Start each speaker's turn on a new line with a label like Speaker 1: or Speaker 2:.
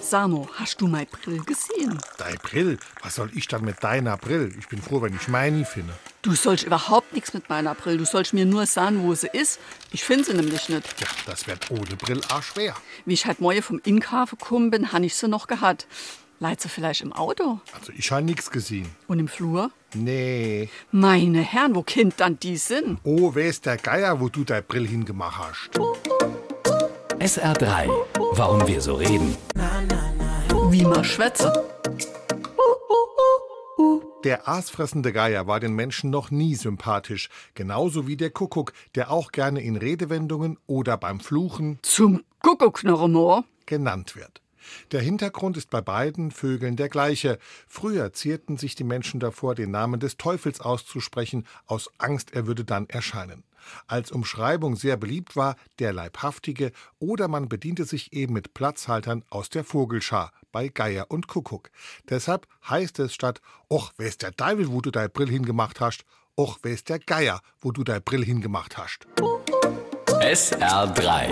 Speaker 1: Samo, hast du mein Brill gesehen?
Speaker 2: Dein Brill? Was soll ich dann mit deiner Brill? Ich bin froh, wenn ich meine finde.
Speaker 1: Du sollst überhaupt nichts mit meiner Brill. Du sollst mir nur sagen, wo sie ist. Ich finde sie nämlich nicht.
Speaker 2: Ja, das wird ohne Brill auch schwer.
Speaker 1: Wie ich heute morgen vom Inkhafen gekommen bin, habe ich sie noch gehabt. Leid sie vielleicht im Auto
Speaker 2: Also ich habe nichts gesehen.
Speaker 1: und im Flur?
Speaker 2: Nee.
Speaker 1: Meine Herren, wo Kind dann die sind?
Speaker 2: Oh, wer ist der Geier, wo du dein Brill hingemacht hast?
Speaker 3: SR3. Warum wir so reden.
Speaker 1: Wie man schwätze.
Speaker 2: Der aasfressende Geier war den Menschen noch nie sympathisch. Genauso wie der Kuckuck, der auch gerne in Redewendungen oder beim Fluchen
Speaker 1: Zum Kuckuck noch einmal.
Speaker 2: genannt wird. Der Hintergrund ist bei beiden Vögeln der gleiche. Früher zierten sich die Menschen davor, den Namen des Teufels auszusprechen, aus Angst, er würde dann erscheinen. Als Umschreibung sehr beliebt war der Leibhaftige oder man bediente sich eben mit Platzhaltern aus der Vogelschar bei Geier und Kuckuck. Deshalb heißt es statt Och, wer ist der Teufel, wo du dein Brill hingemacht hast? Och, wer ist der Geier, wo du dein Brill hingemacht hast?
Speaker 3: SR3.